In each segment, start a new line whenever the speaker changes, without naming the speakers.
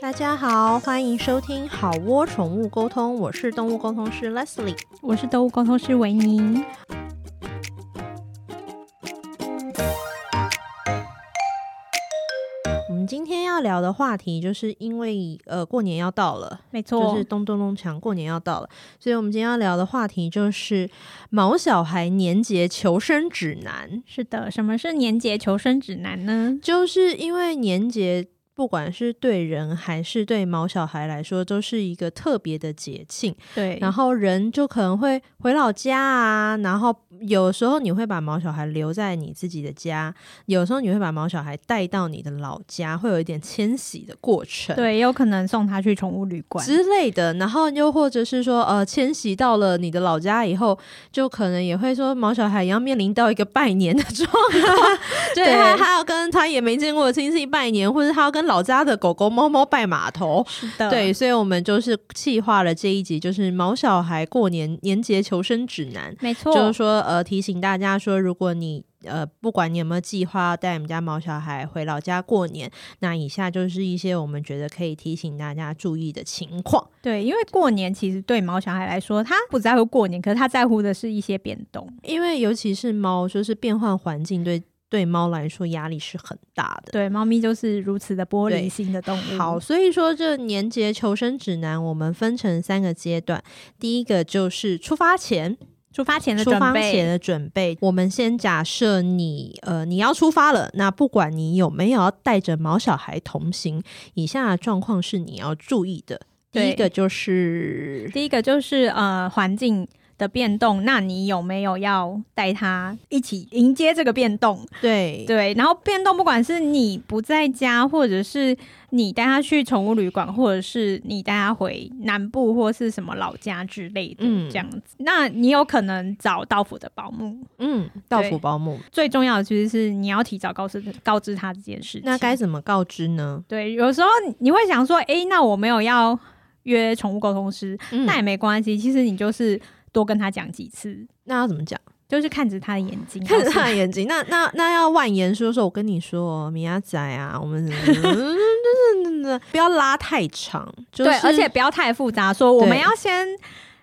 大家好，欢迎收听好窝宠物沟通，我是动物沟通师 Leslie。
我是动物沟通师维尼。
我们今天要聊的话题，就是因为呃过年要到了，
没错，
就是咚咚咚锵，过年要到了，所以我们今天要聊的话题就是毛小孩年节求生指南。
是的。什么是年节求生指南呢？
就是因为年节，不管是对人还是对毛小孩来说，都是一个特别的节庆。
对，
然后人就可能会回老家啊，然后有时候你会把毛小孩留在你自己的家，有时候你会把毛小孩带到你的老家，会有一点迁徙的过程。。
对，也有可能送他去宠物旅馆。
之类的，然后又或者是说，呃，迁徙到了你的老家以后，就可能也会说毛小孩也要面临到一个拜年的状 况，对
对
他 他要跟他也没见过的亲戚拜年，或者他要跟老家的狗狗、猫猫拜码头，
是的，
对，所以我们就是计划了这一集，就是毛小孩过年年节求生指南，
没错，
就是说呃提醒大家说，如果你呃不管你有没有计划要带你们家毛小孩回老家过年，那以下就是一些我们觉得可以提醒大家注意的情况。
对，因为过年其实对毛小孩来说，他不在乎过年，可是他在乎的是一些变动。
因为尤其是猫，就是变换环境对对猫来说压力是很大的。
对，猫咪就是如此的玻璃心的动物。
好，，所以说这年节求生指南我们分成三个阶段，第一个就是出发前，
出发前的
出
准
发
备，
前的准备，我们先假设你呃你要出发了，那不管你有没有要带着毛小孩同行，以下的状况是你要注意的。第一个
对
就是
第一个就是呃环境。的变动，那你有没有要带他一起迎接这个变动？
对
对，然后变动，不管是你不在家，或者是你带他去宠物旅馆，或者是你带他回南部或是什么老家之类的，
嗯
这样子，那你有可能找到府的保姆。
嗯，到
对
府保姆，
最重要的其实是你要提早告知告知他这件事情。
那该怎么告知呢？
对，有时候你会想说，诶，那我没有要约宠物沟通师，
嗯
那也没关系，其实你就是多跟他讲几次，
那要怎么 讲？
就是看着他的眼 睛，
看着
告诉
他的眼睛，那那那要万言说说，我跟你说，米亚仔啊，我 们就是不要拉太长，就是
对，而且不要太复杂。说我们
对
要先，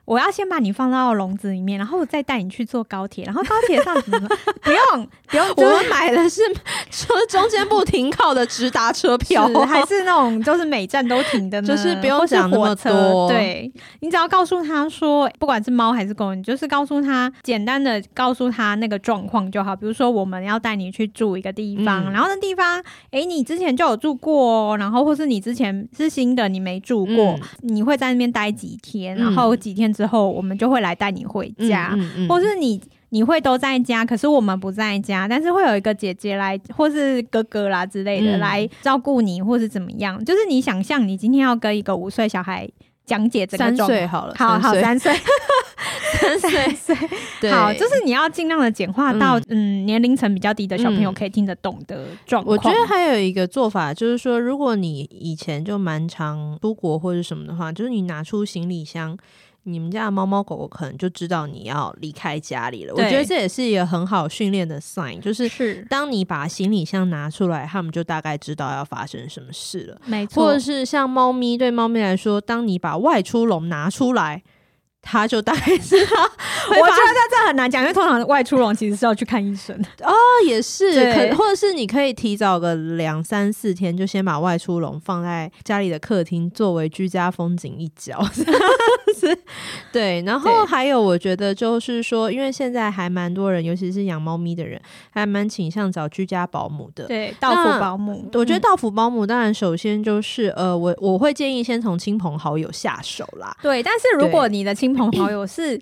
我要先把你放到笼子里面，然后我再带你去坐高铁，然后高铁上什么 不用不用，
我
就是
们买的是 车中间不停靠的直达车票，
是还是那种就是每站都停的呢，
哦就是不用讲那么
或是火
多
车对你只要告诉他说，不管是猫还是狗，你就是告诉他简单的告诉他那个状况就好。比如说我们要带你去住一个地方，
嗯
然后那地方诶，你之前就有住过哦，然后或是你之前是新的，你没住过，
嗯
你会在那边待几天，
嗯
然后几天之后我们就会来带你回家，
嗯嗯嗯
或是你。你会都在家，可是我们不在家，但是会有一个姐姐来，或是哥哥啦之类的、
嗯
来照顾你，或是怎么样。就是你想象你今天要跟一个五岁小孩讲解这个
三
状
岁好了，
好好
三
三岁，
岁三岁，对，
好，就是你要尽量的简化到嗯年龄层比较低的小朋友
嗯
可以听得懂的状况。
我觉得还有一个做法，就是说，如果你以前就蛮常出国或者什么的话，就是你拿出行李箱，你们家的猫猫狗狗可能就知道你要离开家里了。我
对
觉得这也是一个很好训练的 sign，就是
是
当你把行李箱拿出来，他们就大概知道要发生什么事了。
没
或
错
者，是像猫咪，对猫咪来说，当你把外出笼拿出来，它就大概知道
我
会
觉
发
得这很难讲，因为通常外出笼其实是要去看医生。
那也是，
对
可或者是你可以提早个两三四天，就先把外出笼放在家里的客厅，作为居家风景一角。 对，然后
对
还有我觉得就是说，因为现在还蛮多人，尤其是养猫咪的人，还蛮倾向找居家保姆的。
对，到府
那
保姆，
我觉得
嗯
到府保姆，当然首先就是呃，我我会建议先从亲朋好友下手啦。
对，但是如果你的亲朋好友是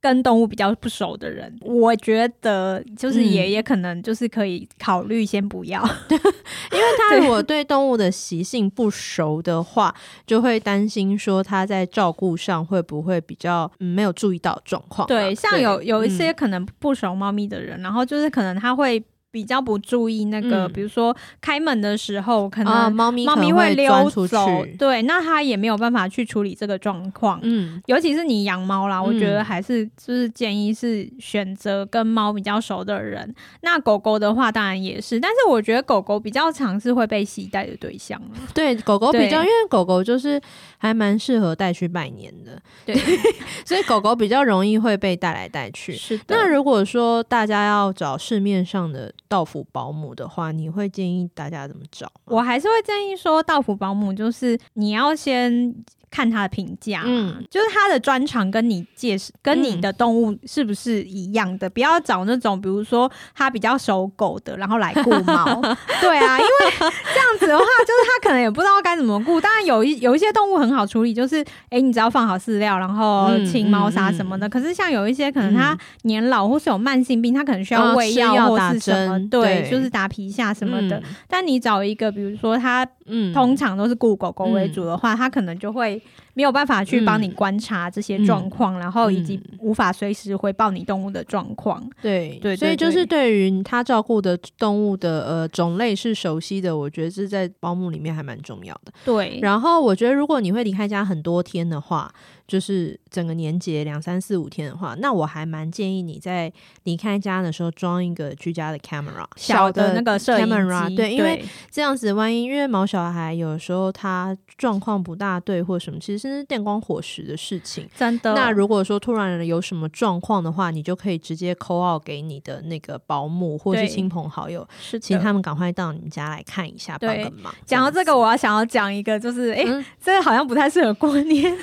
跟动物比较不熟的人，我觉得就是
嗯
也、
哦
也可能就是可以考虑先不要。
因为他
对
如果对动物的习性不熟的话，就会担心说他在照顾上会不会比较、嗯、没有注意到状况啊。
对，像有有一些
嗯
可能不熟猫咪的人，然后就是可能他会。比较不注意那个，
嗯
比如说开门的时候，可
啊，
能
猫咪
猫
可
咪
能会钻
溜
出去，
走，对，那它也没有办法去处理这个状况。
嗯
尤其是你养猫啦，我觉得
嗯
还是就是建议是选择跟猫比较熟的人。那狗狗的话，当然也是，但是我觉得狗狗比较常是会被携带的对象啊。
对，狗狗比较，因
对
为狗狗就是还蛮适合带去拜年的，
对，
所以狗狗比较容易会被带来带去。
是的
那如果说大家要找市面上的到府保姆的话，你会建议大家怎么找吗？
我还是会建议说，到府保姆就是你要先看他的评价，
嗯
就是他的专长跟你介绍跟你的动物是不是一样的，不要找那种比如说他比较熟狗的，然后来雇 猫。对啊，因为这样子的话，就是他可能也不知道该怎么顾。当然有一有一些动物很好处理，就是哎、诶你只要放好饲料，然后
嗯
清猫砂什么的。可是像有一些可能他
嗯
年老或是有慢性病，他可能需
啊
要喂
吃药
或
打
是什么
针，对嗯
对，就是打皮下什么的。但你找一个，比如说他
嗯，嗯
通常都是雇狗狗为主的话，他可能就会没有办法去帮你观察这些状况，然后以及无法随时回报你动物的状况。
对
对
所以
对
就是对于他照顾的动物的呃种类是熟悉的，我觉得是在保姆里面还蛮重要的。
对，
然后我觉得，如果你会离开家很多天的话，就是整个年节两三四五天的话，那我还蛮建议你在离开家的时候装一个居家的 camera
小的那个摄影
camera，
机，
对，因为这样子万一因为毛小孩有时候他状况不大对或什么，其实是电光火石的事情。
真的
那如果说突然有什么状况的话，你就可以直接 call out 给你的那个保姆或是
对
亲朋好友，
是
请
的
他们赶快到你们家来看一下，帮
对
个忙。
讲到
样
这
子
个，我要想要讲一个，就是哎、诶
嗯
这个好像不太适合过年。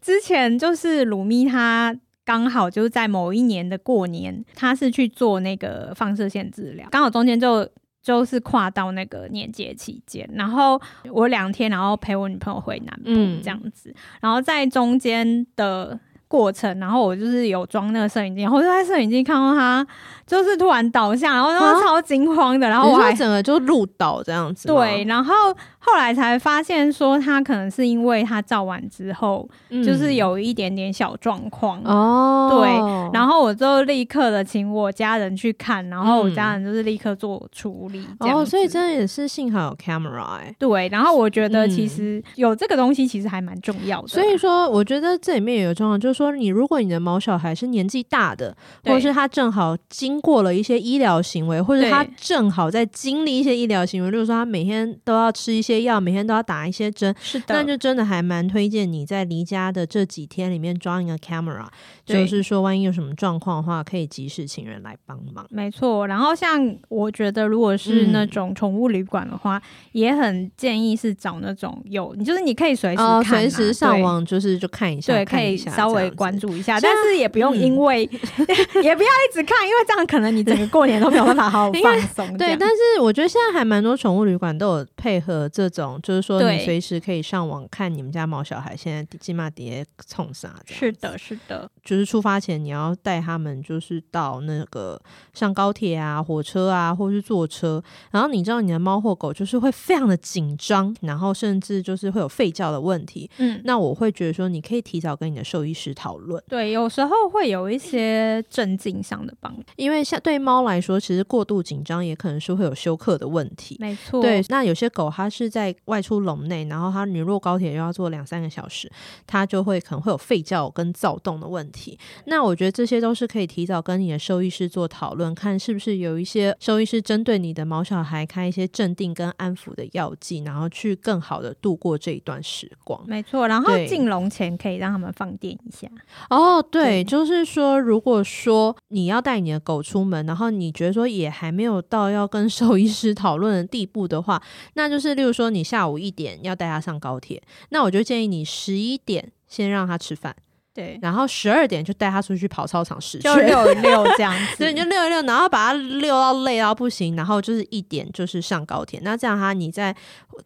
之前就是鲁咪她刚好就是在某一年的过年，她是去做那个放射线治疗，刚好中间就。就是跨到那个年节期间，然后我两天，然后陪我女朋友回南部
嗯
这样子，然后在中间的过程，然后我就是有装那个摄影机，然后我就在摄影机看到她就是突然倒下，然后她
啊
超惊慌的，然后
你
我
说
还
整个就路倒这样子吗，
对，然后后来才发现说他可能是因为他照完之后，
嗯
就是有一点点小状况。
哦，
然
后
后我就立刻的请我家人去看，然后我家人就是立刻做处理，这样
嗯
子、
哦，所以真的也是幸好有 camera 哎、
对。然后我觉得
嗯
其实有这个东西，其实还蛮重要的。
所以说，我觉得这里面也有重要，就是说，你如果你的毛小孩是年纪大的，或者
对
是他正好经过了一些医疗行为，或者他
对
正好在经历一些医疗行为，例如说他每天都要吃一些药，每天都要打一些针，
是的，
那就真的还蛮推荐你在离家的这几天里面装一个 camera，就
对
是说万一有什么状况的话，可以及时请人来帮忙。
没错，然后像我觉得，如果是那
嗯
种宠物旅馆的话，也很建议是找那种有，你就是你可以随时看、
哦
啊，
随时上
对
网就是就看一下，
对，可
看一
以
下
稍
这
微
样子嗯
关注一下，
像
但是也不用因为， 也不要一直看，因为这样可能你整个过年都没有办法好 好
因为
放松。这
对，
样
但是我觉得现在还蛮多宠物旅馆都有配合这种，就是说你
对
随时可以上网看你们家毛小孩现在起码碟冲啥这样
是的，是的，
就是出发前你要带他们，就是到那个上高铁啊、火车啊，或是坐车，然后你知道你的猫或狗就是会非常的紧张，然后甚至就是会有吠叫的问题。
嗯，
那我会觉得说，你可以提早跟你的兽医师讨论。
对，有时候会有一些镇静上的帮助，
因为像对猫来说，其实过度紧张也可能是会有休克的问题。
没错，
对，那有些狗它是在外出笼内，然后它你若高铁又要坐两三个小时，它就会可能会有吠叫跟躁动的问题。那我觉得这些都是可以提早跟你的兽医师做讨论，看是不是有一些兽医师针对你的毛小孩开一些镇定跟安抚的药剂，然后去更好的度过这一段时光。
没错。然后
对
进笼前可以让他们放电一下，
哦，对，
对
就是说，如果说你要带你的狗出门，然后你觉得说也还没有到要跟 兽医师讨论的地步的话，那就是例如说你下午一点要带它上高铁，那我就建议你十一点先让它吃饭，
对，
然后十二点就带它出去跑操场试
就
圈。
遛一遛这样 子，
所以你就遛一遛，然后把它遛到累到不行，然后就是一点就是上高铁。那这样它你在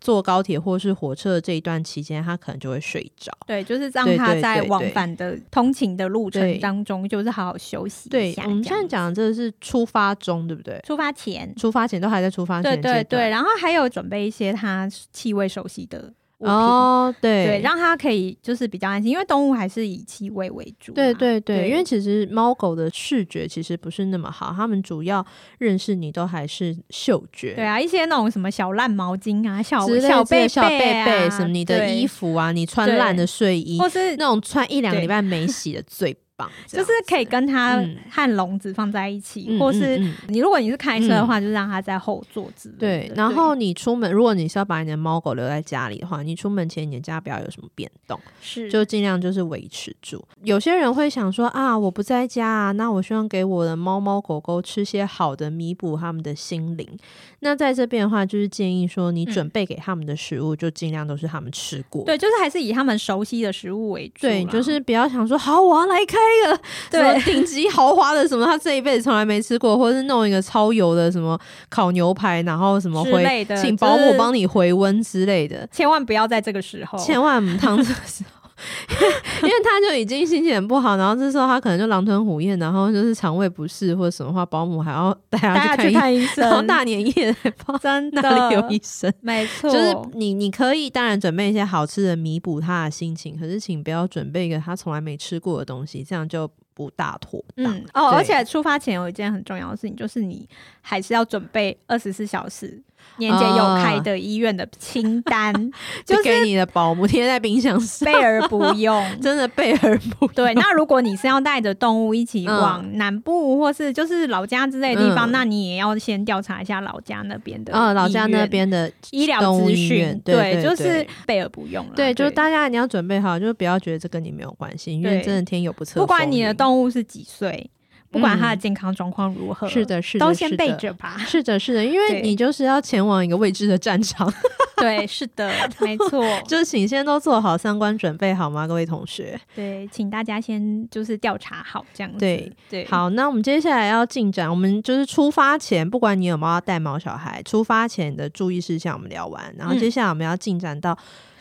坐高铁或是火车的这一段期间，它可能就会睡着。
对，就是让
对
他
对
在
对
往
对
返的通勤的路
对
程当中，就是好好休息一
对
下。，
我们现在
这样
讲的这是出发中，对不对？
出发前，
出发前都还在出发前
对
阶
对
段
对，然后还有准备一些他气味熟悉的。物品，
哦，对
对，让它可以就是比较安心，因为动物还是以气味为主嘛。
对对对，
对
因为其实猫狗的视觉其实不是那么好，它们主要认识你都还是嗅觉。
对啊，一些那种什么小烂毛巾啊、小
之类
小
之类
贝
小贝
贝啊、
贝什么，你的
对
衣，服啊，你穿烂的睡衣，
或是
那种穿一两个
对
礼拜没洗的最 棒，这
就
样
是可以跟它
嗯
和笼子放在一起，
嗯
或
嗯
是
嗯
你如果你是开车的话，就是让它在后座之类的。
对，然后你出门，如果你是要把你的猫狗留在家里的话，你出门前你的家不要有什么变动，
是
就尽量就是维持住。有些人会想说啊，我不在家啊，那我希望给我的猫猫狗狗吃些好的，弥补他们的心灵。那在这边的话，就是建议说，你
嗯
准备给他们的食物就尽量都是他们吃过。
对，就是还是以他们熟悉的食物为主啦。
对，就是不要想说好，我要来开一 个什么
对
顶级豪华的什么，他这一辈子从来没吃过，或者是弄一个超油的什么烤牛排，然后什么
之
回
类的
请保姆
就是
帮你回温之类的，
千万不要在这个时 候。
千万不当这个时候。哦因为因为他就已经心情很不好，然后这时候他可能就狼吞虎咽，然后就是肠胃不适或者什么话，保姆还要带
大
他
家
去看
去
医生，
看医
然后
生，啊
大年夜才不知道
真 的
哪里有医生。
没 错，
就是你，你可以当然准备一些好吃的弥补他的心情，可是请不要准备一个他从来没吃过的东西，这样就不大妥当。
嗯哦，
对
而且出发前有一件很重要的事情，就是你还是要准备二十四小时年节有开的医院的清单，
哦就
就是
给你的保姆贴在冰箱上，
备而不用。
真的备而不
对，那如果你是要带着动物一起
嗯
往南部或是就是老家之类的地方，
嗯
那你也要先调查一下老家那边的
啊、老家
医院
那边的
医疗
动物
资
医
讯
院，对对
就是
对
备而不用啦
对，就是大家一定要准备好，就是不要觉得这跟你没有关系，因为
对
真的天有不测风云。
不管你的动物是几岁，不管它的
嗯
健康状况如何，
是，的，是的，
都先
是
备
的。
着吧。
是的，是的，因为
对
你就是要前往一个未知的战场，
对，是的，没错。
就是请先都做好三观准备好吗，各位同学？
对，请大家先就是调查好这样子。
对
对，
好，那我们接下来要进展，我们就是出发前，不管你有没有要带毛小孩，出发前的注意事项我们聊完，然后
嗯
接下来我们要进展到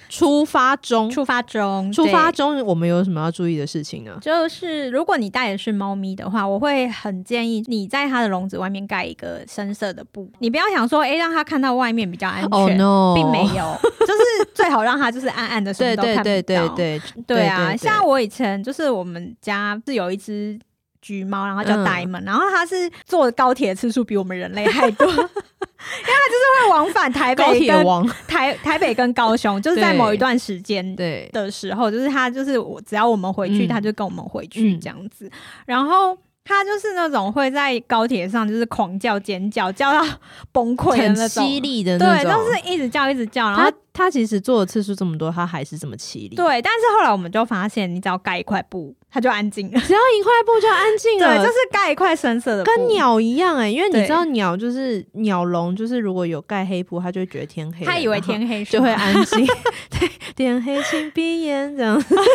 出发中。
出发中，
出发
对
中我们有什么要注意的事情呢？
就是如果你带的是猫咪的话，我会很建议你在它的笼子外面盖一个深色的布，你不要想说，哎、让它看到外面比较安全。
哦、no，
并没有，就是最好让它就是暗暗的，什么
对
都
对
看不
对对
到
对
对啊，
对
像我以前就是我们家是有一只橘猫，然后叫
嗯
呆萌、然后它是坐高铁的次数比我们人类还多，因为 它就是会往返台
高
北
铁
跟
王，
台台北跟高雄，就是在
对
某一段时间
对，
的时候，就是它就是我只要我们回去，
嗯
它就跟我们回去
嗯
这样子，然后。它就是那种会在高铁上就是狂叫尖叫，叫到 崩溃的
很
那种，
犀利的那
对，
种。
就是一直叫一直叫，然后
他他其实做的次数这么多，他还是这么犀利。，
对，但是后来我们就发现，你只要盖一块布，它就安静了。
只要一块布就安静
对，
了
就。是盖一块深色的布，
跟鸟一样哎、因为你
对
知道鸟就是鸟笼，就是如果有盖黑布，它就会觉得天黑了，
它以为
然后
天黑是
就会
吗
安静。 对，天黑请闭眼这样， 所以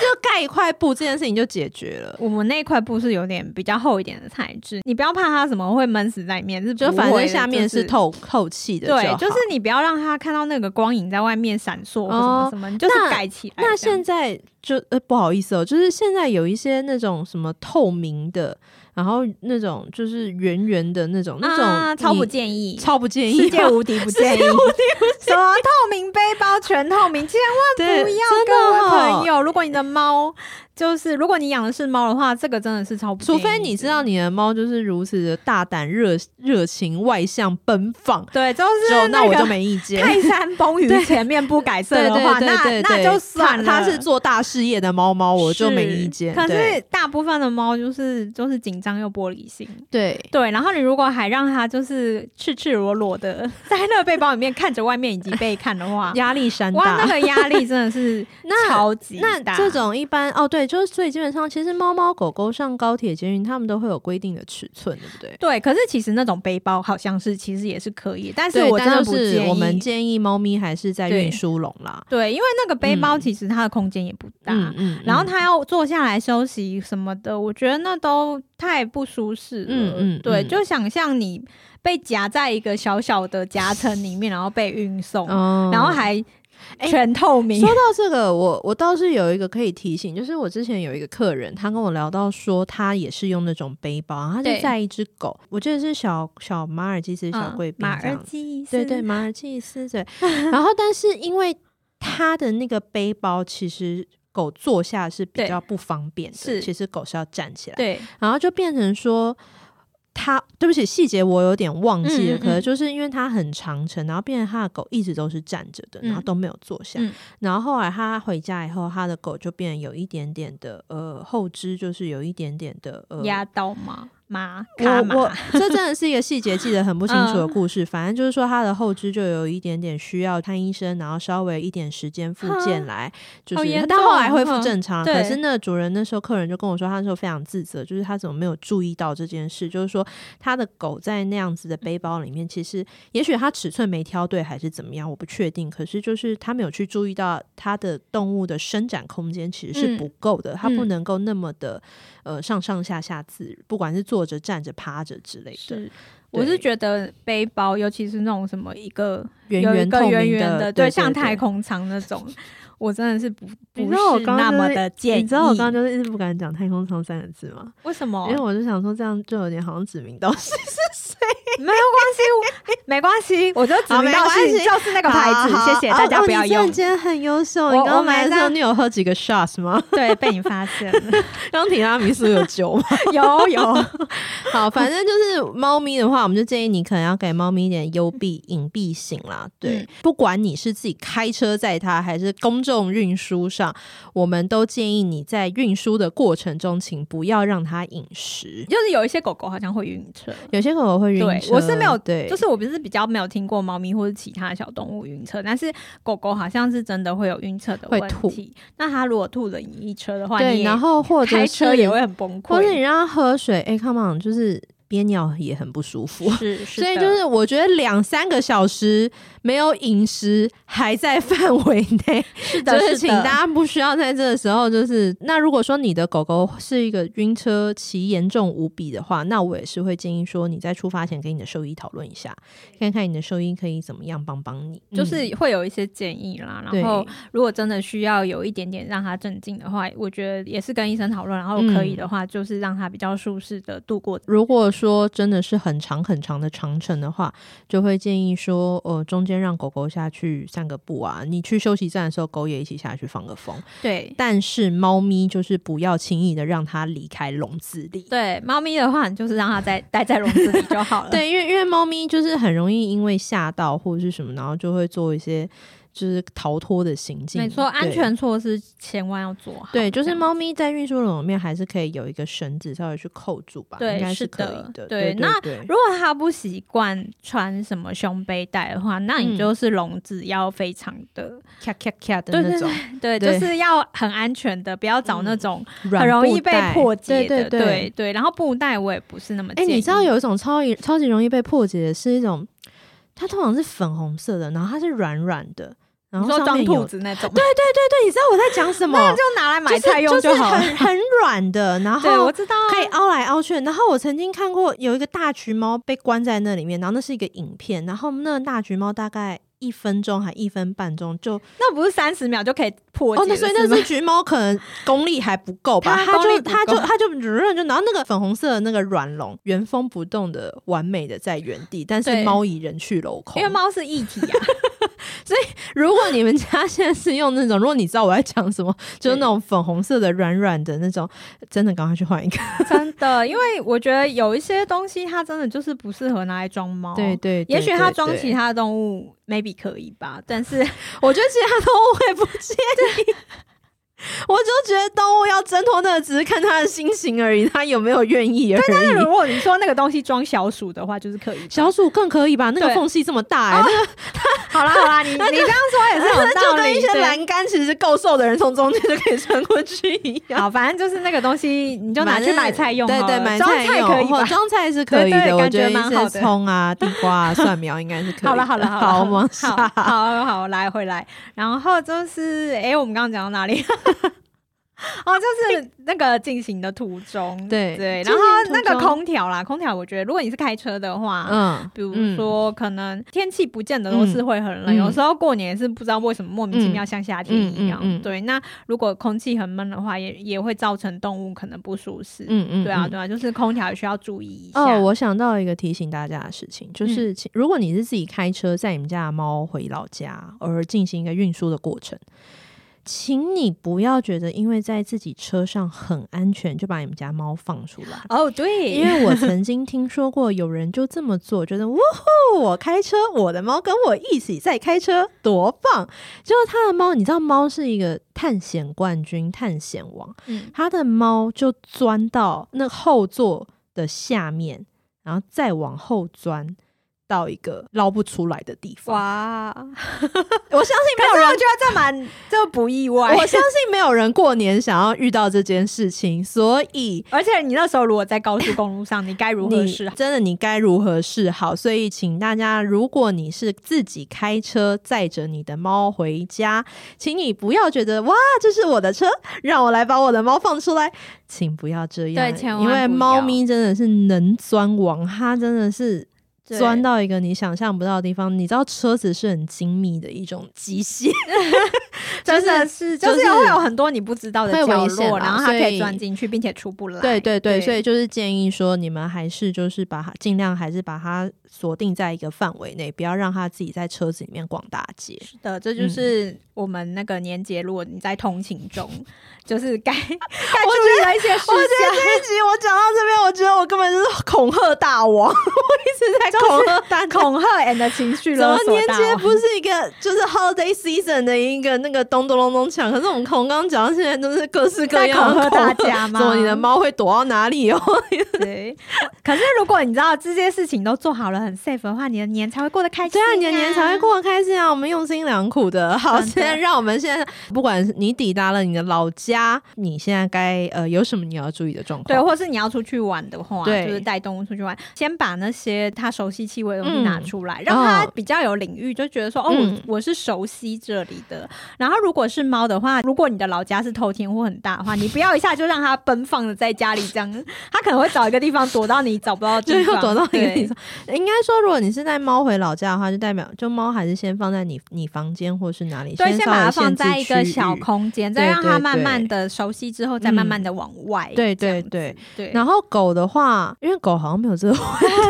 就盖一块布这件事情就解决了。
我们那块布是有点比较厚一点的材质，你不要怕它什么会闷死在里面，是
就
不
反
会
正
的
下面。
就是
透透气的，
对，
就
就是你不要让它看到那个光影在外面闪烁或什
哦
么什么，你就是
那
盖起来这样。
那现在就呃不好意思哦，就是现在有一些那种什么透明的，然后那种就是圆圆的那种，那种、
啊，超不建议，
超不建议，
世 界无敌不建议， 什么透明背包全透明，千
对
万不要
真的
各位
哦
朋友。如果你的猫就是，如果你养的是猫的话，这个真的是超不建
除
议的，
非你知道你的猫就是如此的大胆、热热情、外向、奔放，
对，就是
就那
个
我就没意见。
泰山崩 于
对
前面不改色
对
的话，
对
那
对对
那
对
就算了。
它它是做大事业的猫猫，我就是没意见。
可是
对
大部分的猫就是就是紧张又玻璃心。
对
对，然后你如果还让它就是赤赤裸裸的 在那个背包里面看着外面以及被看的话，
压力山
哇，那
大。
个压力真的是
那
超级
那
大。
这种一般哦，对，就是所以基本上，其实猫猫狗狗上高铁、捷运，它们都会有规定的尺寸，对不对？
对，可是其实那种背包好像是其实也是可以，但是
对
我真
但
的
就
不
是
建议。
我们建议猫咪还是在
对
运输笼啦。
对，因为那个背包
嗯
其实它的空间也不大，
嗯嗯，
然后
嗯
他要坐下来休息什么的，我觉得那都太不舒适了。
嗯嗯
对，
嗯
就想象你被夹在一个小小的夹层里面，然后被运送，
哦
然后还
哎
全透明
说。到这个，我我倒是有一个可以提醒，就是我之前有一个客人，他跟我聊到说，他也是用那种背包，然后他
对嗯
就带一只狗，我记得是小小马尔济斯小贵宾、
马
这
尔
样子
济斯，
对对，马尔济斯 对。然后，但是因为他的那个背包，其实狗坐下是比
对
较不方便的，
是
其实狗是要站起来，
对
然后就变成说。他对不起，细节我有点忘记了，
嗯嗯
可能
嗯
就是因为他很长程，然后变成他的狗一直都是站着的，然后
嗯
都没有坐下。
嗯
然后后来他回家以后，他的狗就变得有一点点的呃后肢，就是有一点点的呃
压到吗？马卡嗯
我我
马，
这真的是一个细节记得很不清楚的故事，反正就是说他的后肢就有一点点需要看医生，然后稍微一点时间复健来，就
好
是
严
但后
重
来恢复
嗯
正常。
对
可是那个主人那时候客人就跟我说，他那时候非常自责，就是他怎么没有注意到这件事，就是说他的狗在那样子的背包里面，其实也许他尺寸没挑对还是怎么样，我不确定。可是就是他没有去注意到他的动物的伸展空间其实是
嗯
不够的，他不
嗯
能够那么的。呃上上下下自，不管是坐着、站着、趴着之类的，
是，我是
对
觉得背包，尤其是那种什么一个
圆
有一
圆透
个
明
圆圆的，
对，
像
对
太。空舱那 种，我真的是不
你
不
知道我
是
刚刚
那么
就是
的建议。
你知道我刚刚就是一直不敢讲“太空舱”三个字吗？
为什么？
因为我就想说这样就有点好像指名道 姓。
没有关系，没关系，我就指
好
名
没
道
关
姓
系
就是那个牌子，
啊好
谢谢大家不要
哦哦、
用
你。真的今天很优秀，
我
你刚
我
刚来
买
的时候
到
你有喝几个 shots 吗？
对，被你发现了，
刚提拉米苏 有酒吗？
有有，
好，反正就是猫咪的话，我们就建议你可能要给猫咪一点幽闭隐蔽性啦。对，
嗯
不管你是自己开车载它，还是公众运输上，我们都建议你在运输的过程中，请不要让它饮食。
就是有一些狗狗好像会晕车。
有些狗狗会晕
对
车，
我是没有
对，
就是我不是比较没有听过猫咪或者其他小动物晕车，但是狗狗好像是真的会有晕车的
会
问
吐
题。那它如果吐了你一车的话，你
对，
也
然后或者
开车
是
也会很崩
或者你
溃。
让它喝水，哎、c o m e on，就是憋尿也很不舒服。
是， 是
所以
的
就是，我觉得两三个小时没有饮食还在范围内，
是
就
的，
是
是
请
的
大家不需要在这个时候，就是那如果说你的狗狗是一个晕车其严重无比的话，那我也是会建议说你在出发前跟你的兽医讨论一下，看看你的兽医可以怎么样帮帮你，
就是会有一些建议啦。
嗯
然后
对
如果真的需要有一点点让它镇静的话，我觉得也是跟医生讨论，然后可
嗯
以的话就是让它比较舒适的度过。
如果说真的是很长很长的长程的话，就会建议说，呃，中间让狗狗下去散个步啊，你去休息站的时候，狗也一起下去放个风。
对
但是猫咪就是不要轻易的让它离开笼子里。
对，猫咪的话你就是让它在 待在笼子里就好了。
对，因为因为猫咪就是很容易因为吓到或者是什么，然后就会做一些就是逃脱的行径。
没错，
对
安。全措施千万要做好。
对，就是
这样
猫咪在运输笼里面还是可以有一个绳子稍微去扣住吧，
对
应该
是
可
的
以的。
对
对，
那
对
如果他不习惯穿什么胸背带的话，那
嗯
你就是笼子要非常的，
咔咔咔的
对对
那种
对，
对嗯
就是要很安全的，不要找那种
软
很容易
布
被
袋
破解
对
的。
对
对。对，然后布带我也不是那么
哎、
建议。
你知道有一种超级超级容易被破解的是一种，它通常是粉红色的，然后它是软软的，然
你
后
说
上
装
面有
兔子那种，
对对对对，你知道我在讲什么？
那就拿来买菜用
就是、
好
就
了。
是很很软的，然
对，
后
我知道啊，
可以凹来凹去。然后我曾经看过有一个大橘猫被关在那里面，然后那是一个影片，然后那个大橘猫大概。一分钟还一分半钟就
那不是三十秒就可以破解
哦，
了？
那所以那
是
只
吗
橘猫可能功力还不够吧？
它
它
功
就
力不
它就
够
它就软就然后那个粉红色的那个软笼原封不动的完美的在原地，但是
对
猫以人去楼空
因为。猫是一体啊，
如果你们家现在是用那种，如果你知道我在讲什么，就是那种粉红色的软软的那种，真的赶快去换一个。
真的。因为我觉得有一些东西它真的就是不适合拿来装猫。
对对，
也许它装其
他，
他的动物 maybe 可以吧，但 是
我觉得其他动物我也不建议。我就觉得动物要挣脱那个，只是看它的心情而已，它有没有愿意而
但
已
如。果你说那个东西装小鼠的话，就是可以。
小鼠更可以吧？那个
对
缝隙这么大、欸，
好啦好啦， 你你这样说也是有
那 就
道
跟一
理。
些
对
栏杆其实够瘦的人从中间就可以穿过去一样。
好，反正就是那个东西，你就拿去买菜用好
对
了。
对，买
装
菜
菜可以
或
吧？
装菜是可以
对
的，
对
我
感
觉
觉
得一
蛮好
些
的
葱啊、地瓜啊、蒜苗应该是可以的。
好了好了
好
了，
我
好
们往
好
下。
好好来回来。然后就是，哎，我们刚刚讲到哪里？ 哦，就是那个进行的途中，
对
对，
进行
然后
途
那个
中
空调啦，空调，我觉得如果你是开车的话，
嗯，
比如
嗯
说可能天气不见得都是会很冷，
嗯
有时候过年也是不知道为什么莫名其妙像夏天一样，
嗯嗯嗯嗯
对。那如果空气很闷的话，也也会造成动物可能不舒适，
嗯嗯，
对啊
嗯
对啊，就是空调也需要注意一下。嗯
哦，我想到一个提醒大家的事情，就是其如果你是自己开车载你们家的猫回老家，而进行一个运输的过程，请你不要觉得因为在自己车上很安全，就把你们家猫放出来。
哦对，
因为我曾经听说过有人就这么做，觉得哇吼，我开车，我的猫跟我一起在开车，多棒！结果他的猫，你知道，猫是一个探险冠军、探险王，
嗯
他的猫就钻到那后座的下面，然后再往后钻到一个捞不出来的地方。
哇，可
我相 信没有
是
人
我觉得这蛮这不意外
我。相信没有人过年想要遇到这件事情，所以
而且你那时候如果在高速公路上，你该如何
你
是好？
真的你该如何是好？所以请大家，如果你是自己开车载着你的猫回家，请你不要觉得哇，这是我的车，让我来把我的猫放出来，请不要这样，
对千万
因
不
为
要
猫咪真的是能钻王，它真的是。
对
钻到一个你想象不到的地方，你知道车子是很精密的一种机 械，
真的是，
就
就是是会有很多你不知道的
会危
角
险
落，
啦
然后它可
所以
以钻进去，并且出不来。
对对对，
啊对
所以就是建议说，你们还是就是把它尽量还是把它锁定在一个范围内，不要让它自己在车子里面逛大街。
是的，这就是我们那个年节，如果你在通勤中，就是该 该注意的一些事
我觉得
项。
这一集我讲到这边，我觉得我根本就是恐吓大王，我一直在恐吓大家。
恐吓 and 情 绪
怎
勒
么
索
年
到
节 不是一个就是 holiday season 的一个那个咚咚咚咚锵？可是我们从刚刚讲到现在都是各式各
在
样的
恐吓大
恐吓
家吗
怎么你的猫会躲到哪里哦？
对？可是如果你知道这些事情都做好了，很 safe 的话，你的年才会过得开心、
对啊，你的年才会。过得开心啊！我们用心良苦 的，好，
真的
现在让我们现在，不管是你抵达了你的老家，你现在该呃有什么你要注意的状
对，
况？
或是你要出去玩的话，
对
就是带动物出去玩，先把那些它熟悉气味的东西
嗯
拿出来，让它
哦
比较有领域，就觉得说，哦，
嗯
我我是熟悉这里的。然后，如果是猫的话，如果你的老家是透天或很大的话，你不要一下就让它奔放的在家里这 样，它可能会找一个地方躲到你找不到的
就
地方，
又躲到一 个
对
地方。应该说，如果你是带猫回老家的话，就代表就猫还是先放在你你房间或是哪里，
对，先
稍
把它
微
放
限制
在一个
区域
小。空间，再
对
让它
对
慢慢
对嗯
的熟悉之后，再慢慢的往外。
对
这
对
样
对，
对，
然
后
后狗的话，因为狗好像没有 这个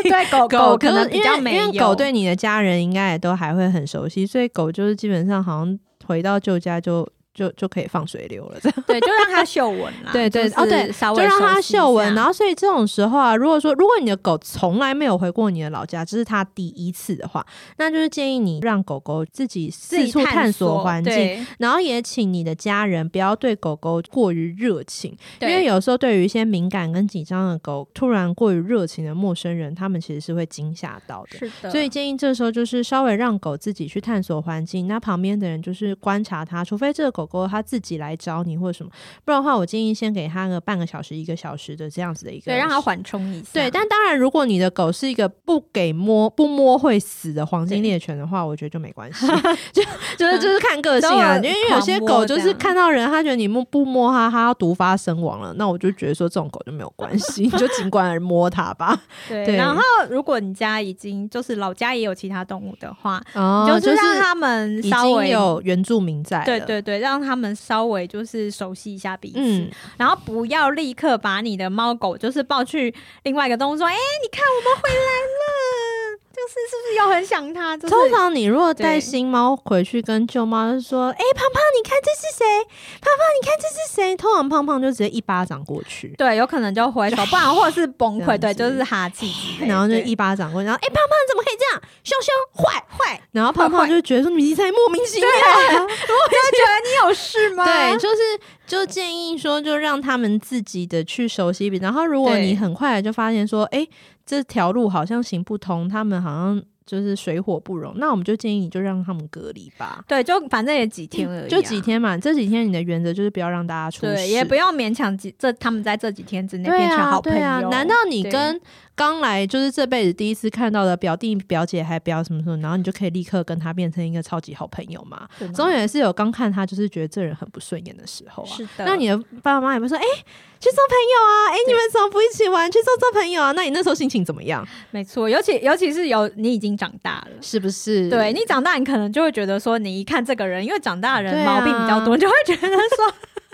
对 狗
狗
可
就
能
是
比
因
较
为
没
因
有
为狗对你的家人应该也都还会很熟悉，所以狗就是基本上好像回到旧家就就就可以放水流了，这样。。
对，就让它嗅闻啦
对对
就
哦对
是稍
就
微
让它
啊熟悉一
嗅闻，
下
然后所以这种时候啊，如果说如果你的狗从来没有回过你的老家，这是它第一次的话，那就是建议你让狗狗自己
自
四
己
处探索环境，
对
然后也请你的家人不要对狗狗过于热情，因
对
为有时候对于一些敏感跟紧张的狗，突然过于热情的陌生人，他们其实是会惊吓到的。
是的，
所以建议这时候就是稍微让狗自己去探索环境，那旁边的人就是观察它，除非这个狗狗它自己来找你或者什么，不然的话，我建议先给它个半个小时、一个小时的这样子的一个，
对让它。缓冲一下。
对，但当然，如果你的狗是一个不给摸、不摸会死的黄金
对
猎犬的话，我觉得就没关 系，就就是就是看个性啊。因
都有
为有些狗就
狂摸这
是
样
看到人，它觉得你摸不摸它，它要毒发身亡了，那我就觉得说这种狗就没有关系，你就尽管摸它吧。
对
对
然后如果你家已经就是老家也有其他动物的话，
哦
你就是让他们
已
稍
经
微。
有原住民在了，
对对对，让他们稍微就是熟悉一下彼此，
嗯，
然后不要立刻把你的猫狗就是抱去另外一个动物说，哎、你看我们回来了，就是是不是又很想它？就是
通常你如果带
对
新猫回去跟旧猫，就说：“哎、胖胖，你看这是谁？胖胖，你看这是谁？”通常胖胖就直接一巴掌过去，
对，有可能就挥手，不然或者是崩
这样
溃，
子
对，就是哈气之类的，
然后就
对
一巴掌过去，然后：“哎、胖胖怎么可以这样？凶凶坏！”
坏，
然后胖胖就觉得说：“你才莫名其妙。啊
就觉得你有事吗？
对，就是就建议说，就让他们自己的去熟悉比。然后，如果
对
你很快就发现说，哎、这条路好像行不通，他们好像就是水火不容，那我们就建议你就让他们隔离吧。
对，就反正也几天而已、啊，
嗯就几。天嘛，这几天你的原则就是不要让大家出事，
对，也不要勉强几这他们在这几天之内
对
变成
啊
好朋
对
友。
啊。难道你
对
跟刚来就是这辈子第一次看到的表弟表姐还表什么什么，然后你就可以立刻跟他变成一个超级好朋友吗？
对吗
总也是有刚看他就是觉得这人很不顺眼的时候啊。
是的，
那你的爸爸妈妈也不会说，哎、去做朋友啊，哎、你们怎么不一起玩？去做做朋友啊？那你那时候心情怎么样？
没错，尤其尤其是有你已经长大了。
是不是？
对你长大，你可能就会觉得说，你一看这个人，因为长大的
对
人
啊
毛病比较多，你就会觉得说，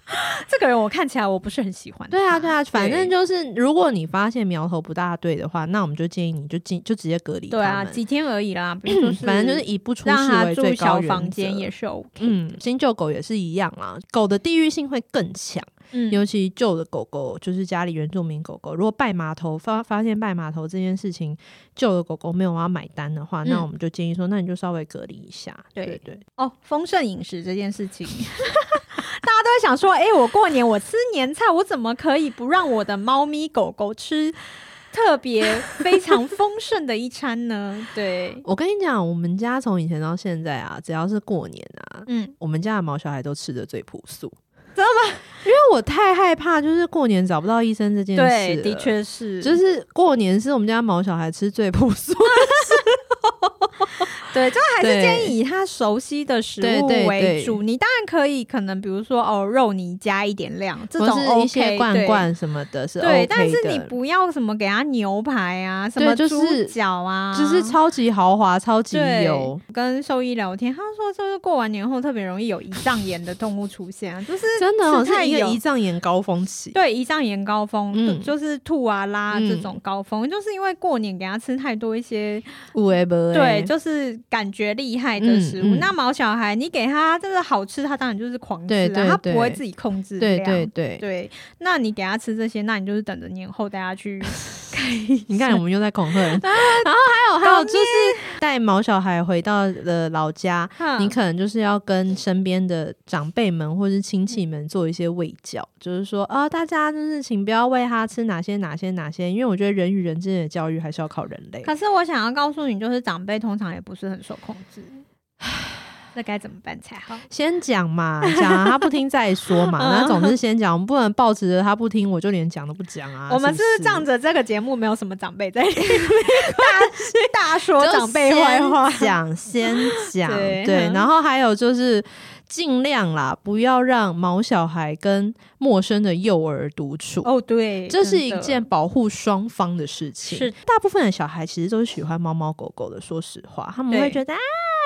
这个人我看起来我不是很喜欢。
对啊，对啊，反正就是，如果你发现苗头不大对的话，那我们就建议你就进就直接隔离他
对
们。
啊，几天而已啦，比如说
嗯反正就是以不出
让
事
他
为
住
最
小
高原
房间
则
也是 OK。
嗯，新旧狗也是一样啊，狗的地域性会更强，
嗯
尤其旧的狗狗，就是家里原住民狗狗，如果拜码头发发现拜码头这件事情，旧的狗狗没有要买单的话，那
嗯
我们就建议说，那你就稍微隔离一下，
对
对对，
哦，丰盛饮食这件事情， 大家都会想说，哎、我过年我吃年菜，我怎么可以不让我的猫咪狗狗吃特别非常丰盛的一餐呢？对，
我跟你讲，我们家从以前到现在啊，只要是过年啊，
嗯，
我们家的毛小孩都吃的最朴素， 真的吗？因为我太害怕，就是过年找不到医生这件事
对，
了
的。确是，
嗯就是过年是我们家毛小孩吃最朴素的，
对，就还是
对
建议以它熟悉的食
对
物
对
为
对
主。你当然可以，可能比如说哦，肉泥加一点量，这
或
种 OK,
是一些罐
对
罐什么的，是 OK
对，但是
的
你不要什么给它牛排啊，什
对
么
就
猪
是
脚啊，
就是超级豪华、超级
对
油，
跟兽医聊天，他说就是过完年后特别容易有胰脏炎的动物出现啊， 就是
真的哦、
吃太
是一个
油
胰脏炎高峰期。
对胰脏炎高峰，
嗯
就就是吐啊拉
嗯
这种高峰，就是因为过年给它吃太多一些
五 A 不
对，就是感觉厉害的食物。
嗯嗯
那毛小孩，你给他就是好吃，他当然就是狂吃、啊，
对对
他不会
对
自己控制
对
量。
对对，
对那你给他吃这些，那你就是等着年后带 他去看医生。
你看我们又在恐吓 人。然后啊还有还有就是带毛小孩回到了老家，
哼，
你可能就是要跟身边的长辈们或是亲戚们做一些喂教，就是说啊、大家就是请不要喂他吃哪些哪些哪些，因为我觉得人与人之间的教育还是要靠人类。
可是我想要告诉你，就是长辈通常也不是很受控制， 这该怎么办才好？
先讲嘛，讲、啊、他不听再说 嘛。
嗯
那总之先讲，我们不能抱持着他不听，我就连讲都不讲啊。
我们
是不
是不
是
是仗着这个节目没有什么长辈在里面大大说长辈坏话？
就先讲先讲
对
对
嗯，
然后还有就是尽量啦，不要让毛小孩跟陌生的幼儿独处。
哦，对，
这是
真
一
的
件保护双方的事情。
是
大部分的小孩其实都是喜欢猫猫狗狗的。说实话，他们
对
会觉得啊，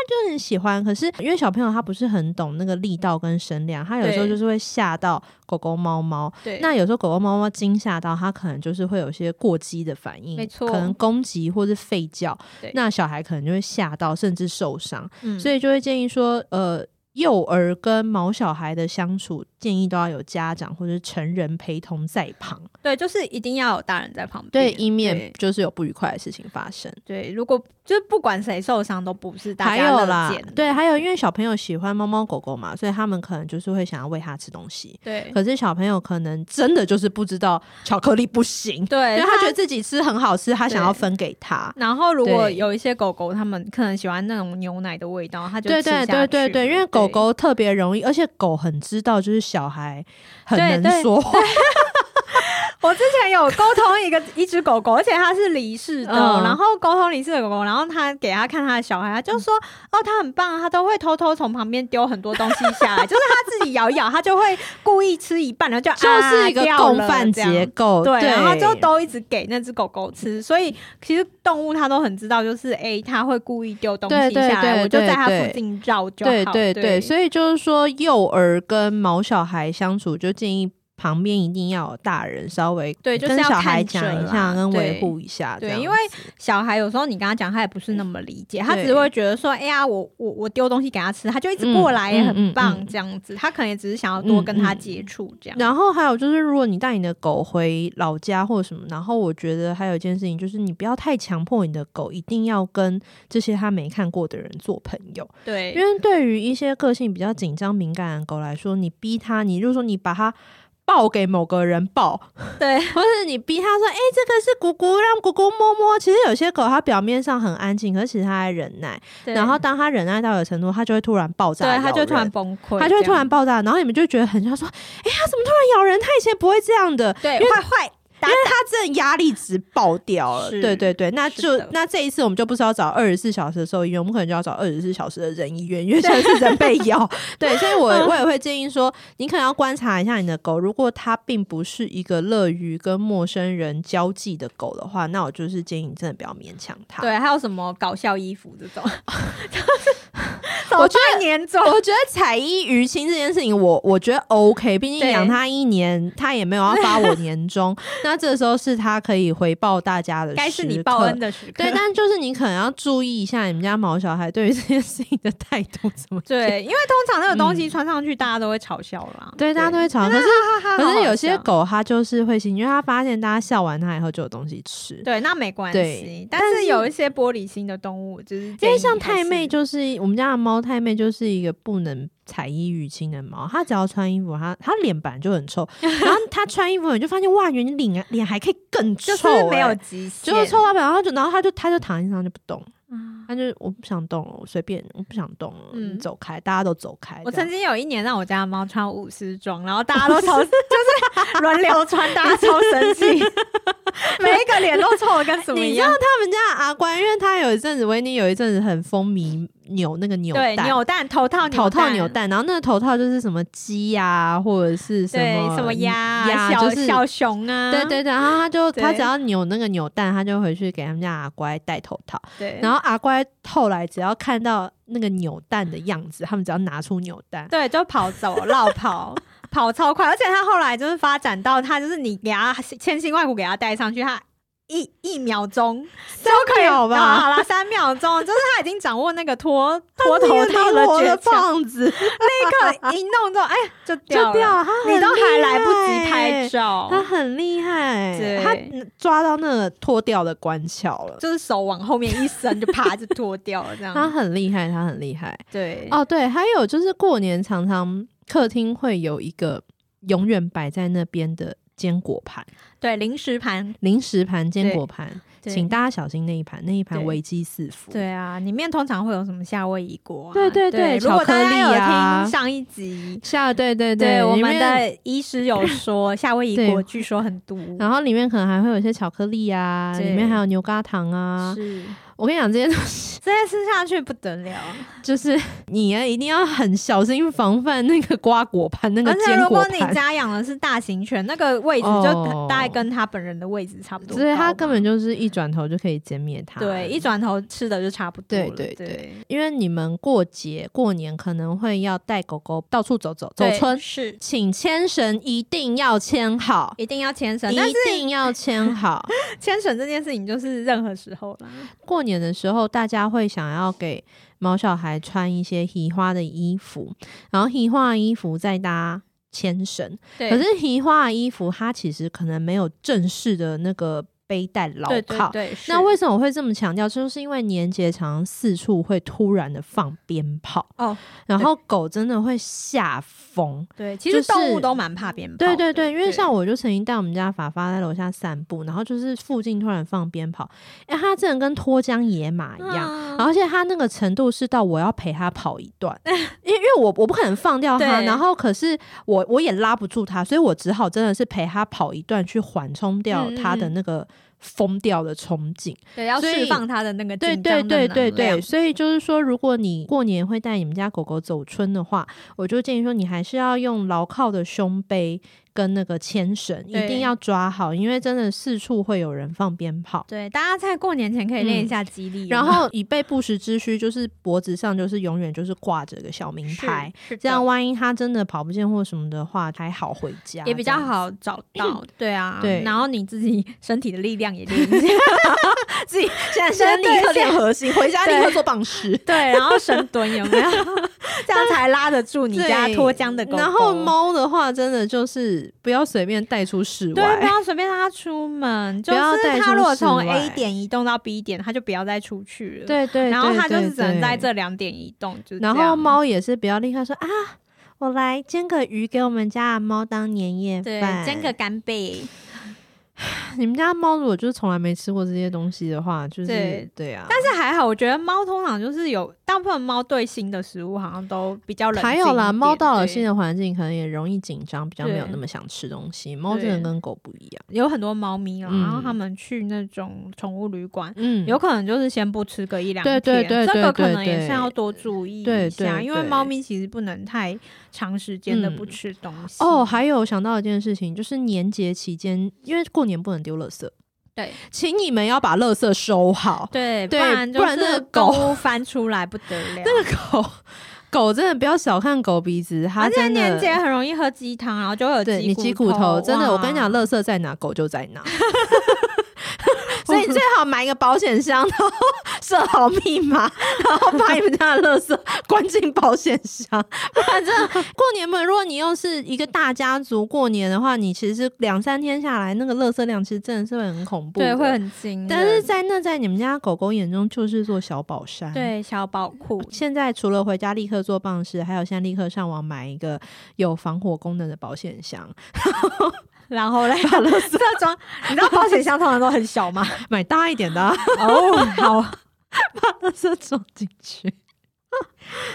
就很喜欢。可是因为小朋友他不是很懂那个力道跟声量，他有时候
对
就是会吓到狗狗、猫猫。
对，
那有时候狗狗、猫猫惊吓到，它可能就是会有一些过激的反应，
没错
可能攻击或是吠叫
对。
那小孩可能就会吓到，甚至受伤。
嗯
所以就会建议说，呃，幼儿跟毛小孩的相处，建议都要有家长或者是成人陪同在旁。
对，就是一定要有大人在旁边，
对，以免
对
就是有不愉快的事情发生。
对，如果就是不管谁受伤都不是大
还
家
有
乐
啦
见的，
对，还有因为小朋友喜欢猫猫狗狗嘛，所以他们可能就是会想要喂它吃东西。
对
可是小朋友可能真的就是不知 道巧克力不行，因
对，
为
他
他觉得。自己吃很好吃，他想要
对
分给他。
然后，如果
对
有一些狗狗，它们可能喜欢那种牛奶的味道，它就
对
吃
对
下
对对
去
对，因为
了
狗狗特别容易，而且狗很知道，就是小孩很
对对
能说话，
我之前有沟通一个一只狗狗，而且它是离世的，
嗯
然后沟通离世的狗狗，然后他给他看他的小孩，他就说：“哦，它很棒，啊，它都会偷偷从旁边丢很多东西下来， 就是它自己咬一咬，它就会故意吃一半，然后就
就是一个
啊掉
共
了
犯
这样
结构。
对，
对，
然后就都一直给那只狗狗吃，所以其实动物它都很知道，就是哎，诶它会故意丢东西
对对
下来，
对
我就在它
对
附近绕就好。
对对
对，
对，所以就是说，幼儿跟毛小孩相处，就建议旁边一定要有大人稍微
对就是
跟
要
小孩
看
讲
着
一
啦
下，跟
对
维护一下啊这
对
样子。
因为小孩有时候你跟他讲，他也不是那么理解，他
对
只会觉得说，哎呀，我我我丢东西给他吃，他就一直
嗯
过来，也
嗯
很
嗯
棒
嗯
这样子。他可能也只是想要多跟他接触这样。
然后还有就是，如果你带你的狗回老家或者什么，然后我觉得还有一件事情就是，你不要太强迫你的狗一定要跟这些他没看过的人做朋友，
对，
因为对于一些个性比较紧张敏感的狗来说，你逼它，你就是说你把它。报给某个人报，
对，
或者你逼他说：“哎、这个是姑姑，让姑姑摸摸。”其实有些狗它表面上很安静，可是其实它在忍耐。然后当它忍耐到有程度，它就会突然爆炸，
对，它就会
会
突然。崩溃，
它就会
这样
突然爆炸，然后你们就会觉得很像说，哎、它怎么突然咬人？它以前不会这样的，
对
因为
坏坏打
因为它这压力值爆掉了。
是
对对对，那
是
就
的
那这一次我们就不是要找二十四小时的兽医院，我们可能就要找二十四小时的人医院，因为真的是人被咬。对，所以我我也会建议说，你可能要观察一下你的狗，如果它并不是一个乐于跟陌生人交际的狗的话，那我就是建议你真的不要勉强它。
对，还有什么搞笑衣服这 种，
我觉
得 年终
我觉得彩衣娱亲这件事情我，我觉得 OK，毕竟
对
养它一年，它也没有要发我年 终，那这时候是它可以回报大家的，
该是你报恩。的时刻，
对，但就是你可能要注意一下你们家毛小孩对于这件事情的态度怎 么。
对，因为通常那个东西穿上去，大家都会嘲笑啦。
嗯对，大家都会吵，可是
哈哈哈
可
好
是
好
有些
笑
狗它就是会心，因为它发现大家笑完它以后就有东西吃。
对，那没关系
对。
但是有一些玻璃心的动物，就是
因
建
为
议
像
还
太妹
是
就是我们家的猫，太妹就是一个不能踩衣浴巾的猫。它只要穿衣服，它它脸板就很 臭，然后它穿衣服，你就发现哇，原来你脸脸还可以更臭、
就是没有
欸
极限，
就是臭到本，然后就然后它就它就躺在地上就不动，
啊。
它就我不想动了，我随便，我不想动了，
嗯
你走开，大家都走开。
我
这样
曾经有一年让我家的猫穿舞狮装，然后大家都 超就是轮流穿，大家超生 气，每一个脸都臭的跟什么
你
一
知道
样。
他们家的阿关，因为他有一阵子维尼有一阵子很风靡扭那个扭
对，
蛋。
扭蛋、头套、
头套
蛋
扭蛋，然后那个头套就是什么鸡呀、或者是什
对，
么
什么鸭啊、
鸭
小
就是
小熊啊，
对对对，然后他就
对
他只要扭那个扭蛋，他就回去给他们家阿乖戴头套。
对，
然后阿乖后来只要看到那个扭蛋的样子，他们只要拿出扭蛋，
对，就跑走，绕 跑，跑超快。而且他后来就是发展到，他就是你给他千辛万苦给他带上去，他一一秒钟就可以
秒吧
啊好啦，三秒钟，就是他已经掌握那个脱脱头
那个
套
灵活
诀
的
窍，
胖子
那个一弄就哎就掉
就
了
掉了，他
你
很
都还
厉
来不及
害
拍，照，
他很厉害，
对
他抓到那个脱掉的关窍了，
就是手往后面一伸就啪就脱掉了这
他
样。
很厉害，他很厉害。
对，
哦，对，还有就是过年常常客厅会有一个永远摆在那边的坚果盘。
对，零食盘，
零食盘、坚果盘，
对
请大家小心那一盘，那一盘
对
危机四伏。
对啊，里面通常会有什么夏威夷果啊？
对对对
对如
巧
果
克
大家有
力啊
听上一集，
下啊对对
对，我
里
们
面
的医师有 说，夏威夷
对
果据说很毒，
然后里面可能还会有一些巧克力啊，
对
里面还有牛轧糖啊。
嗯是
我跟你讲，这些东西
这些吃下去不得了。
就是你啊，一定要很小心防范那个瓜果盘、那个
而且
坚
如
果
果你
盘，
家养的是大型犬，那个位置就
哦
大概跟他本人的位置差不多高嘛，
所以它根本就是一转头就可以歼灭它。
对一转头吃的就差不多了。
对对
对
因为你们过节过年可能会要带狗狗到处走走，走
对
村，
是
请牵绳一定要牵好，
一定要牵绳，但
一
是
定要牵好。
牵绳这件事情就是任何时候啦，
过年的时候，大家会想要给毛小孩穿一些提花的衣服，然后提花的衣服再搭牵绳。
对
可是提花的衣服它其实可能没有正式的那个背带牢
对对
靠。
对，
那
是
为什么我会这么强调？就是因为年节常常四处会突然的放鞭炮，
哦
然后狗真的会吓疯。
对，其实
就是
动物都蛮怕鞭炮的，
对对对，因为
对
像我就曾经带我们家法发在楼下散步，然后就是附近突然放鞭炮，哎、它真的跟脱缰野马一样，
啊
然后而且他那个程度是到我要陪他跑一段，因为因为我我不可能放掉他，
对
然后可是我我也拉不住他，所以我只好真的是陪他跑一段，去缓冲掉
嗯嗯
他的
嗯
那个疯掉的憧憬。
对要
所
释
以
放它的那个
对
紧
对
张的
对对
能量
对，所以就是说，如果你过年会带你们家狗狗走春的话，我就建议说，你还是要用牢靠的胸背跟那个牵绳，一
对
定要抓好，因为真的四处会有人放鞭炮。
对，大家在过年前可以练一下肌力、
嗯然后 以备不时之需，就是脖子上就是永远就是挂着个小名牌，
是
这样万一他真的跑不见或什么的话，还好回家，
也比较
这样 子，
好找到。对啊，
对
然后你自己 身体的力量也练一下，
自己现 在
现在立刻练
核心，回家
立刻
做棒式。
对，然后深蹲有没有？ 这样才拉得住你家
对
脱缰的狗狗。
然后？猫的话，真的就是不要随便带出室
对，不
外。
要随便让它出门。就
不要带
是它
出
如果从
室外
A 点移动到 B 点，它就不要再出去了。，
对对对
然后它就是只能在。
对对
这两点移动，就是这
然
样
后猫也是不要立刻说啊，我来煎个鱼给我们家的猫当年夜
对，
饭，
煎个干贝，
你们家猫如果就是从来没吃过这些东西的话，就是
对
啊。
但是还好，我觉得猫通常就是有大部分猫对新的食物好像都比较冷静一
还
点。
有啦，猫到了
对
新的环境，可能也容易紧张，比较没有
对
那么想吃东西。猫
对
真的跟狗不一样，
有很多猫咪啦，
嗯
然后他们去那种宠物旅馆，
嗯，
有可能就是先不吃个一两
对
天，
对对
这
对
个可
对
能也是
对
要多注意一下，
对对
因为
对
猫咪其实不能太长时间的不
嗯
吃东西。
哦，还有想到一件事情，就是年节期间，因为过年不能丢垃圾，
对
请你们要把垃圾收好。
对，
对
不然就
不然那
是
个狗
狗翻出来不得 了。
那个狗，狗真的不要小看狗鼻子，它
而且
真的
年节很容易喝鸡汤，然后就会有
对你
鸡
鸡骨头，真的，我跟你讲，
哇
垃圾在哪，狗就在 哪。所以你最好买一个保险箱， 然后设好密码，然后把你们家的垃 圾关进保险箱。不然真的 过年嘛，如果你又是一个大家族过年的话，你其实两三天下来，那个垃圾量其实真的是会很恐怖的，
对会。很惊人，
但是在那在你们家狗狗眼中就是座小宝山，
对小宝 库，
现在除了回家立刻做棒式，还有现在立刻上网买一个有防火功能的保险箱，
然后嘞，这装，你知道保险箱通常都很小吗？
买大一点的、啊，
哦，好，
把这装进去。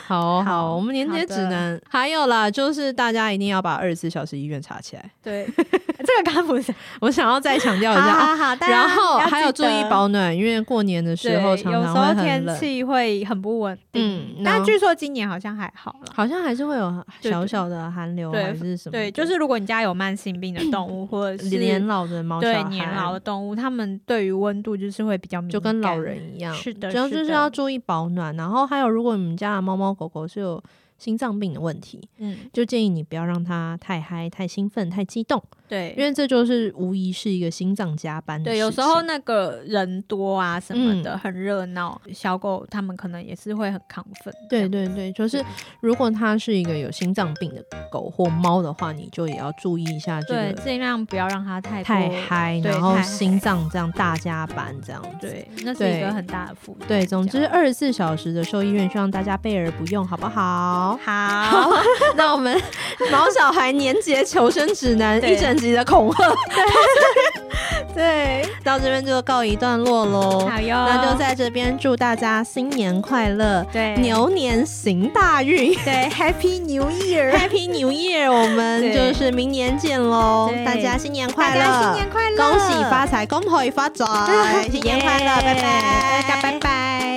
好哦好哦，我们年节指南还有啦，就是大家一定要把二十四小时医院查起来。
对，这个刚不是，
我想要再强调一下，啊
好好，大家
然后
要
还有注
记得
意保暖，因为过年的时候
对
常
有
常
时候
会很
天
冷，
气会很不稳定
嗯，然
但
后
据说今年好像还好了。
好像还是会有
对
小
对
小的寒流啊
对
还是什么的。嗯
对，就是如果你家有慢性病的动物，或者是
年老的猫
对
小
年
孩
老的动物，它们对于温度就是会比较敏感，
就跟老人一样，
是的
主要
是
就是
的
要注意保暖。然后还有，如果你们家的猫猫狗狗是有心脏病的问题，
嗯，
就建议你不要让它太嗨、太兴奋、太激动，
对，
因为这就是无疑是一个心脏加班的
对，
事情。
有时候那个人多啊什么的，
嗯
很热闹，小狗它们可能也是会很亢奋。
对对对，就是如果它是一个有心脏病的狗或猫的话，你就也要注意一下这
对，
个
尽量不要让它太
太
过
嗨，
对
然后
太
心脏这样大加班这样子。
对，那是一个很大的负担。
对，总
这
之
样
二十四小时的兽医院，希望大家备而不用，好不 好？
好，
那我们 毛小孩年节求生指南
对
一整集的恐吓
对，
到这边就告一段落喽。
好哟，
那就在这边祝大家新年快乐，
对
牛年行大运
对 Happy New Year，
，Happy New Year！我们
对
就是明年见喽
对，
大家新年
大
快
家新
乐，
年快 乐，
恭喜发财，恭喜发财，新年快乐，拜拜，
耶大家拜拜。